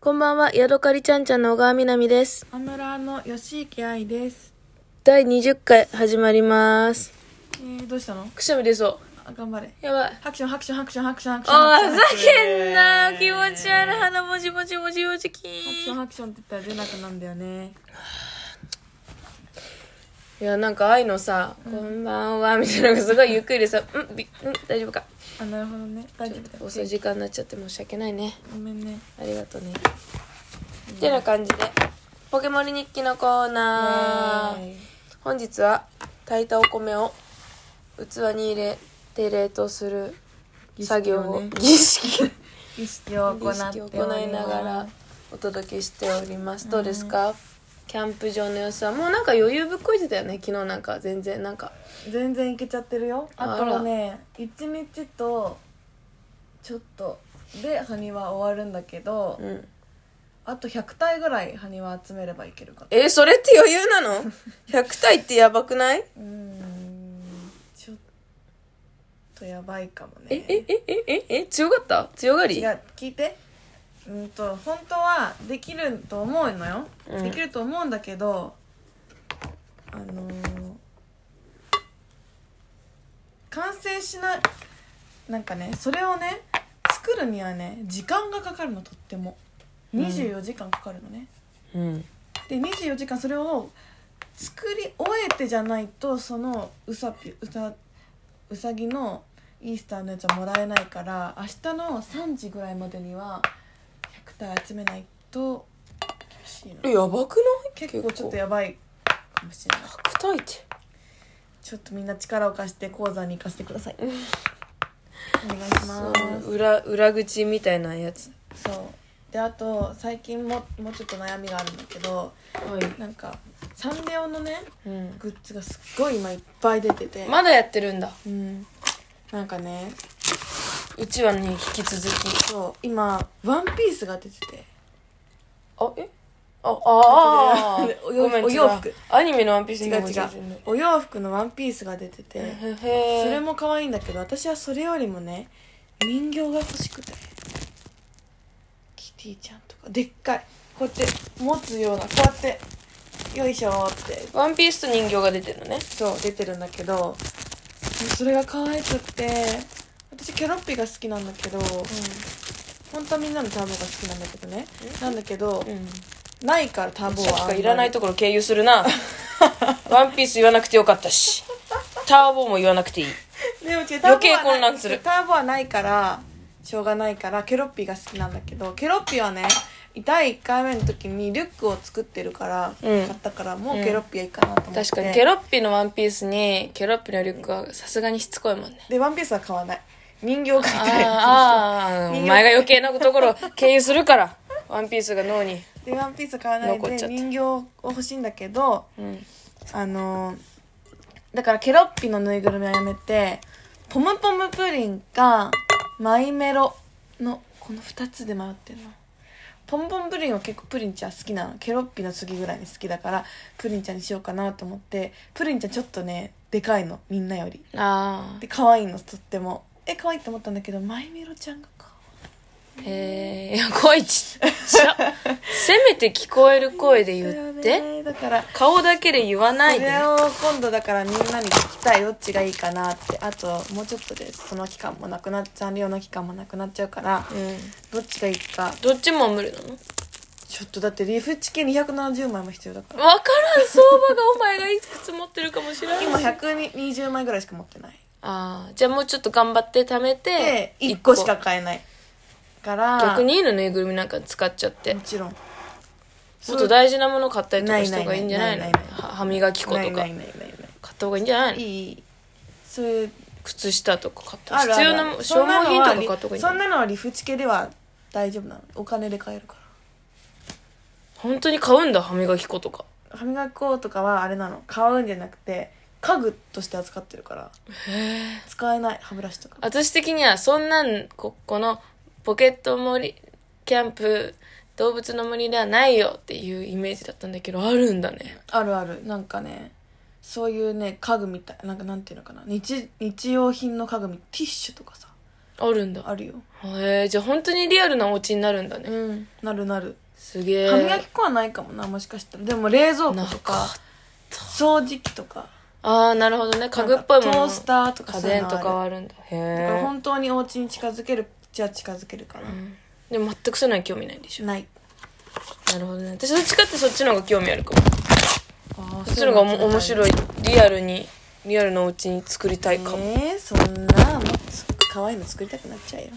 こんばんは、ヤドカリちゃんちゃんの小川みなみです。アムラーの吉池愛です。第20回始まります。えー、どうしたの？くしゃみ出そあ頑張れ。う。やばい。ハクションハクションハクションハクションハクション。あー、ふざハクションけんなよ気持ち悪い。鼻もちもちもちもちキハクシーョンン。ハクションって言ったら出なくなんだよね。いや、なんか愛のさ、こんばんは、みたいなのがすごいゆっくりさ、うん、び、うん、大丈夫か。あなるほどね。大丈夫だよ。遅い時間になっちゃって申し訳ないね。ごめんね。ありがとうね。てな感じで、ポケモリ日記のコーナー。はい本日は炊いたお米を器に入れて冷凍する作業を儀式,、意識を行っております行いながらお届けしておりますどうですか、キャンプ場の様子はもうなんか余裕ぶっこいてたよね昨日なんか全然なんか全然いけちゃってるよ。ああらとね一日とちょっとで埴輪終わるんだけど、うんあと100体ぐらい埴輪集めればいけるかな。えーそれって余裕な の100体ってやばくないうーんちょっとやばいかもねええええええ強かった強がり違う聞いてうんと本当はできると思うのよ、うんできると思うんだけどあのー完成しないなんかねそれをね作るにはね時間がかかるのとっても24時間かかるのね、うんで24時間それを作り終えてじゃないとそのうさぴうさうさぎのイースターのやつはもらえないから明日の3時ぐらいまでには100体集めないと厳しいのえやばくない結構ちょっとやばいかもしれない100体ってちょっとみんな力を貸して講座に行かせてくださいお願いしまそう裏裏口みたいなやつすそうであと最近ももうちょっと悩みがあるんだけどはい、なんかサンレオのねうん、グッズがすっごい今いっぱい出ててまだやってるんだうんなんかねうちわに引き続きそう今ワンピースが出ててあえあああ違うごお洋服めんお洋服違うアニメのワンピース違う今も違出うてんのお洋服のワンピースが出ててへそれへも可愛いんだけど私はそれよりもね人形が欲しくてキティちゃんとかでっかいこうやって持つようなこうやってよいしょーってワンピースと人形が出てるのねそう出てるんだけどもうそれが可愛くって私キャロッピが好きなんだけど、本当はみんなのターボが好きなんだけどねなんだけど、うんないからターさボっきはかあんまらりいらないところ経由する なワンピース言わなくてよかったしターボも言わなくていいでも違う余計混乱するターボはないからしょうがないからケロッピが好きなんだけどケロッピはね第1回目の時にリュックを作ってるから、うん買ったからもうケロッピはいいかなと思って、確かにケロッピのワンピースにケロッピのリュックはさすがにしつこいもん ねでワンピースは買わない人形を買いたいあーあーお前が余計なところ経由するからワンピースが脳にでワンピースは買わない残っちゃでった人形を欲しいんだけどうんあのーだからケロッピのぬいぐるみはやめてポムポムプリンかマイメロのこの2つで迷ってるのポムポムプリンは結構プリンちゃん好きなのケロッピの次ぐらいに好きだからプリンちゃんにしようかなと思ってプリンちゃんちょっとねでかいのみんなよりあで可愛いのとってもえ可愛いと思ったんだけどマイメロちゃんが可あへえいや声ちっちゃせめて聞こえる声で愛い言んだよってねだから顔だけで言わないそでれを今度だからみんなに聞きたいどっちがいいかなってあともうちょっとでその期間もなくなっちゃう量の期間もなくなっちゃうからうんどっちがいいかどっちも無理なのちょっとだってリーフチキン270枚も必要だから分からん相場がお前がいくつ持ってるかもしれない今120枚ぐらいしか持ってないああじゃあもうちょっと頑張って貯めてで1個しか買えないから逆にいいのぬいぐるみなんか使っちゃってもちろんももっと大事なもの買ったりとかした方がいいんじゃないのないないないないは歯磨き粉とかないない買ないないった方がいいんじゃなないいのいいそういう靴下とか買ったあるあ必要るなも消耗品とか買った方がいいんじそゃんないなのはリフチキでは大丈夫なのお金で買えるから本当に買うんだ歯磨き粉とか歯磨き粉とかはあれなの買うんじゃなくて家具として扱ってるから使えない歯ブラシとか私的にはそんなんここのポケット森キャンプ動物の森ではないよっていうイメージだったんだけどあるんだねあるあるなんかねそういうね家具みたいなんかなんていうのかな日日用品の家具みティッシュとかさあるんだ。あるよへえ、じゃあ本当にリアルなお家になるんだね。うんなるなるすげえ。歯磨き粉はないかもなもしかしたらでも冷蔵庫なとんかか。掃除機とかああ、なるほどね。家具っぽいもの。なんかトースターとか家そういう電のとかはあるあるんだ。へだからえ。本当にお家に近づけるじゃあ近づけるかな、うんでも全くそういうのは興味ないでしょ。ないなるほどね。私どっちかってそっちの方が興味あるかも。あそっちの方がおも面白いい。リアルに、リアルのお家に作りたいかも。えー、そんなもっと可愛いの作りたくなっちゃうよ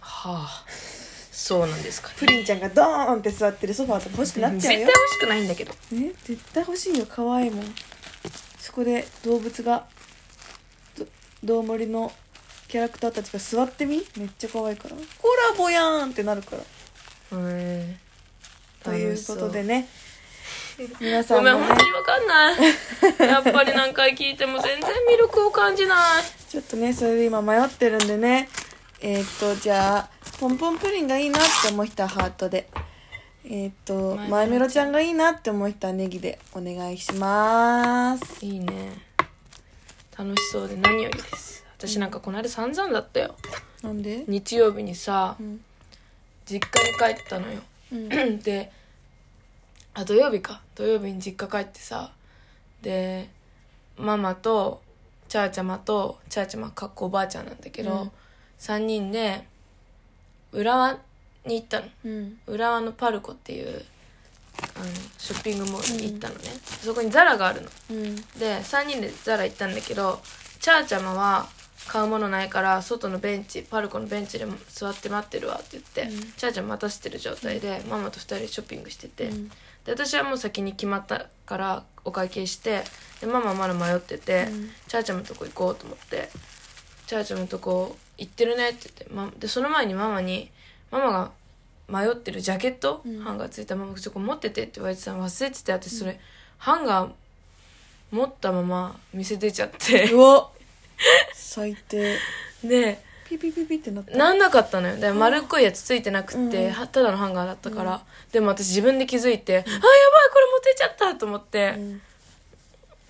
はあ。そうなんですかね。プリンちゃんがドーンって座ってるソファーとか欲しくなっ絶ちゃう対よ欲しくないんだけど。ね絶対欲しいよ可愛いもんそこで動物がどどうもりのキャラクターたちが座ってみめっちゃ可愛いからコラボやんってなるからうん。ということでね。ね皆さごんめもん、ね本当にわかんない。 やっぱり何回聞いても全然魅力を感じない。ちょっとねそれで今迷ってるんでねえー、っとじゃあポンポンプリンがいいなって思う人はハートでえー、っと前メロちゃんマイメロちゃんがいいなって思う人はネギでお願いしますいいね楽しそうで何よりです私なんかこの間散々だったよなんで日曜日にさうん実家に帰ったのよ うんであ土曜日か土曜日に実家帰ってさでママとチャーチャマとチャーチャマかっこおばあちゃんなんだけうど、ん三3人で浦和に行ったのうん浦和のパルコっていうあのショッピングモールに行ったのね、そこにザラがあるのうんで3人でザラ行ったんだけどチャーチャマは買うものないから外のベンチパルコのベンチで座って待ってるわって言って、うんチャーチャマ待たせてる状態で、ママと2人でショッピングしてて、うんで私はもう先に決まったからお会計してでママはまだ迷ってて、うんチャーチャマのとこ行こうと思ってチャーチャマのとこ行ってるねって言って、ま、でその前にママにママが迷ってるジャケット、うんハンガーついたままそこ持っててって言われてたの忘れてて私それ、ハンガー持ったまま店出ちゃってうわ最低でピピピピってなったなんなかったのよで丸っこいやつついてなくって、うんはただのハンガーだったから、でも私自分で気づいて、あやばいこれ持ってっちゃったと思って、うん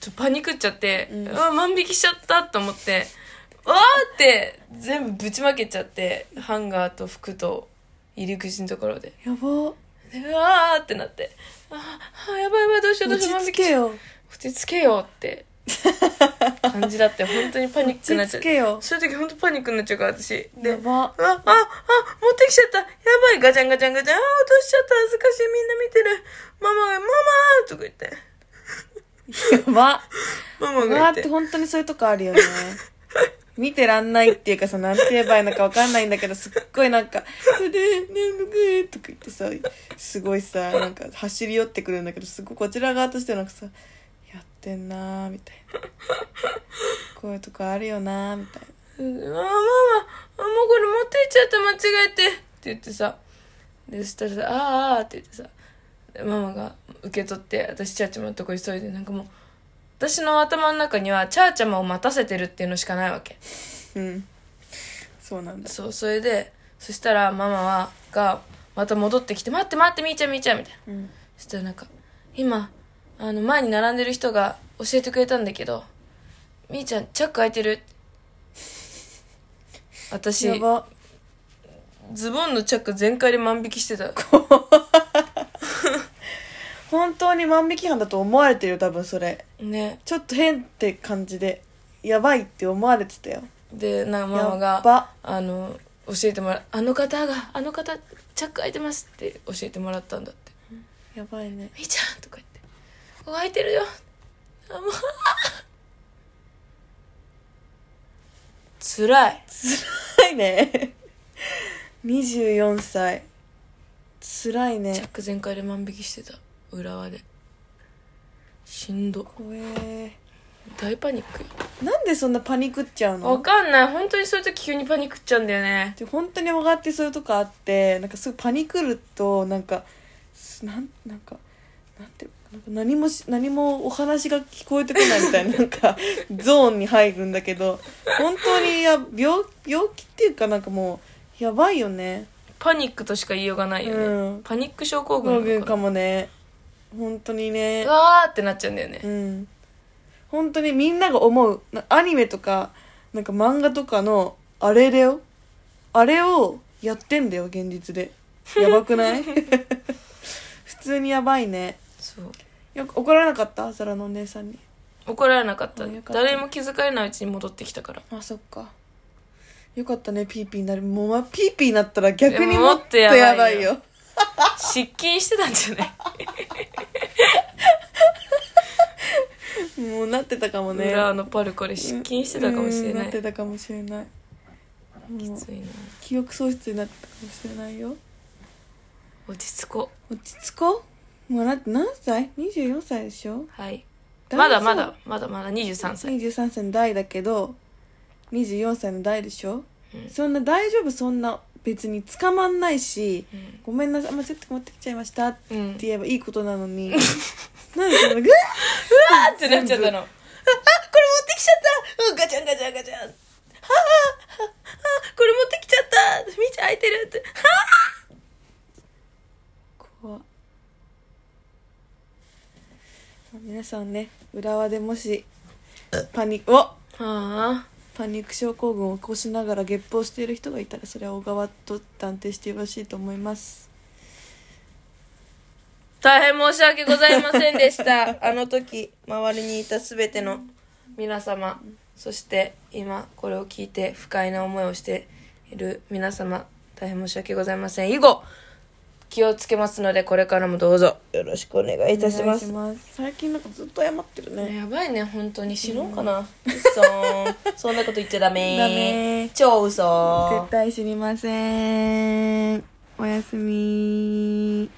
ちょっとパニクっちゃって、うんうわ万引きしちゃったと思ってわーって全部ぶちまけちゃってハンガーと服と入り口のところでやばでうわーってなってああやばいやばいどうしようど落うしようち万着引きけしよ落ち着けよって感じだって本当にパニッ落クになっちちゃ着うけよそういう時本当パニックになっちゃうから私でやあ、ばあ、あ、持ってきちゃった。やばい。ガチャンガチャンガチャン。あー、落としちゃった。恥ずかしい。みんな見てる。ママが、ママーとか言って。やばママわーが言っってて。本当にそういうとこあるよ ね。見てらんないっていうかさ、なんて言えばいいのかわかんないんだけど、すっごいなんか、で、眠くとか言ってさ、すごい さ、なんか走り寄ってくるんだけど、すごいこちら側としてはなんかさ、やってんなーみたいな。こういうとこあるよなーみたいな。うんあー、ママ、あもうこれ持ってっちゃった。間違えて。って言ってさ。で、そしたらさ、あーあーって言ってさ。でママが受け取って、私、チャーチャマのとこ急いで、なんかもう、私の頭の中には、チャーチャマを待たせてるっていうのしかないわけ。うん。そうなんだ。そう、それで、そしたらママは、が、また戻ってきて、待って待って、みーちゃんみーちゃんみたいな。うん。そしたらなんか、今、あの、前に並んでる人が教えてくれたんだけど、みーちゃん、チャック開いてる。私、やば。ズボンのチャック全開で万引きしてた。本当に万引き犯だと思われてるよ、多分それ。ね。ちょっと変って感じで、やばいって思われてたよ。で、なんかママやっばが、あの、教えてもらあの方が、あの方、チャック開いてますって教えてもらったんだって。やばいね。みーちゃんとか言って、ここ開いてるよ。あ、もう、あー辛い。辛いね24歳辛いチャッねク全開で万引きしてた浦和でしんど怖え大パニックよなんでそんなパニクっちゃうわのかんない本当にそういう時急にパニックっちゃうんだよねで本当に分かってそういうとこあってなんかすごいパニクるとなんかすなんなんかなんていうのなんか何もし何もお話が聞こえてこないみたい ななんかゾーンに入るんだけど本当にや病病気っていうかなんかもうやばいよねパニックとしか言いようがないよね、うんパニック症候群な農の軍かかもね本当にねうわーってなっちゃうんだよね、うん本当にみんなが思うなアニメとかなんか漫画とかのあれだよあれをやってんだよ現実でやば くない普通にやばいねそうよく怒られなかったサラのお姉さんに怒られなかったあよかった誰も気づかれないうちに戻ってきた からあそっかよかったねピーピーになるもう、まあ、ピーピーになったら逆にいやももっっととやばいよやばいよ失禁してたんじゃないもうなってたかもね裏のパルコで失禁してたかもしれうんなないってたかもしれないもうついな記憶喪失になってたかもしれないよ落ち着こ落ち着こうもうだって何歳 ?24 歳でしょうはい大まだ丈夫まだまだまだ23歳23歳の代だけど24歳の代でしょ、うんそんな大丈夫そんな別に捕まんないしうんごめんなさい、まあ、ちょっと持ってきちゃいましたってうん言えばいいことなのになんでそんなグッあってなっちゃったのあ、これ持ってきちゃったうんガチャンガチャンガチャン。はあ、はあ、これ持ってきちゃったみちゃん開いてるって。はあ怖っ皆さんね、浦和でもし、パニック、おああパニック症候群を起こしながらゲップをしている人がいたら、それは小川と断定してよろしいと思います。大変申し訳ございませんでしたあの時周りにいた全ての皆様そして今これを聞いて不快な思いをしている皆様大変申し訳ございません以後気をつけますのでこれからもどうぞよろしくお願いいたしますお願いします最近なんかずっと謝ってるね。やばいね本当に死のうかな、そうそんなこと言っちゃダメダメ超嘘絶対知りません。おやすみ。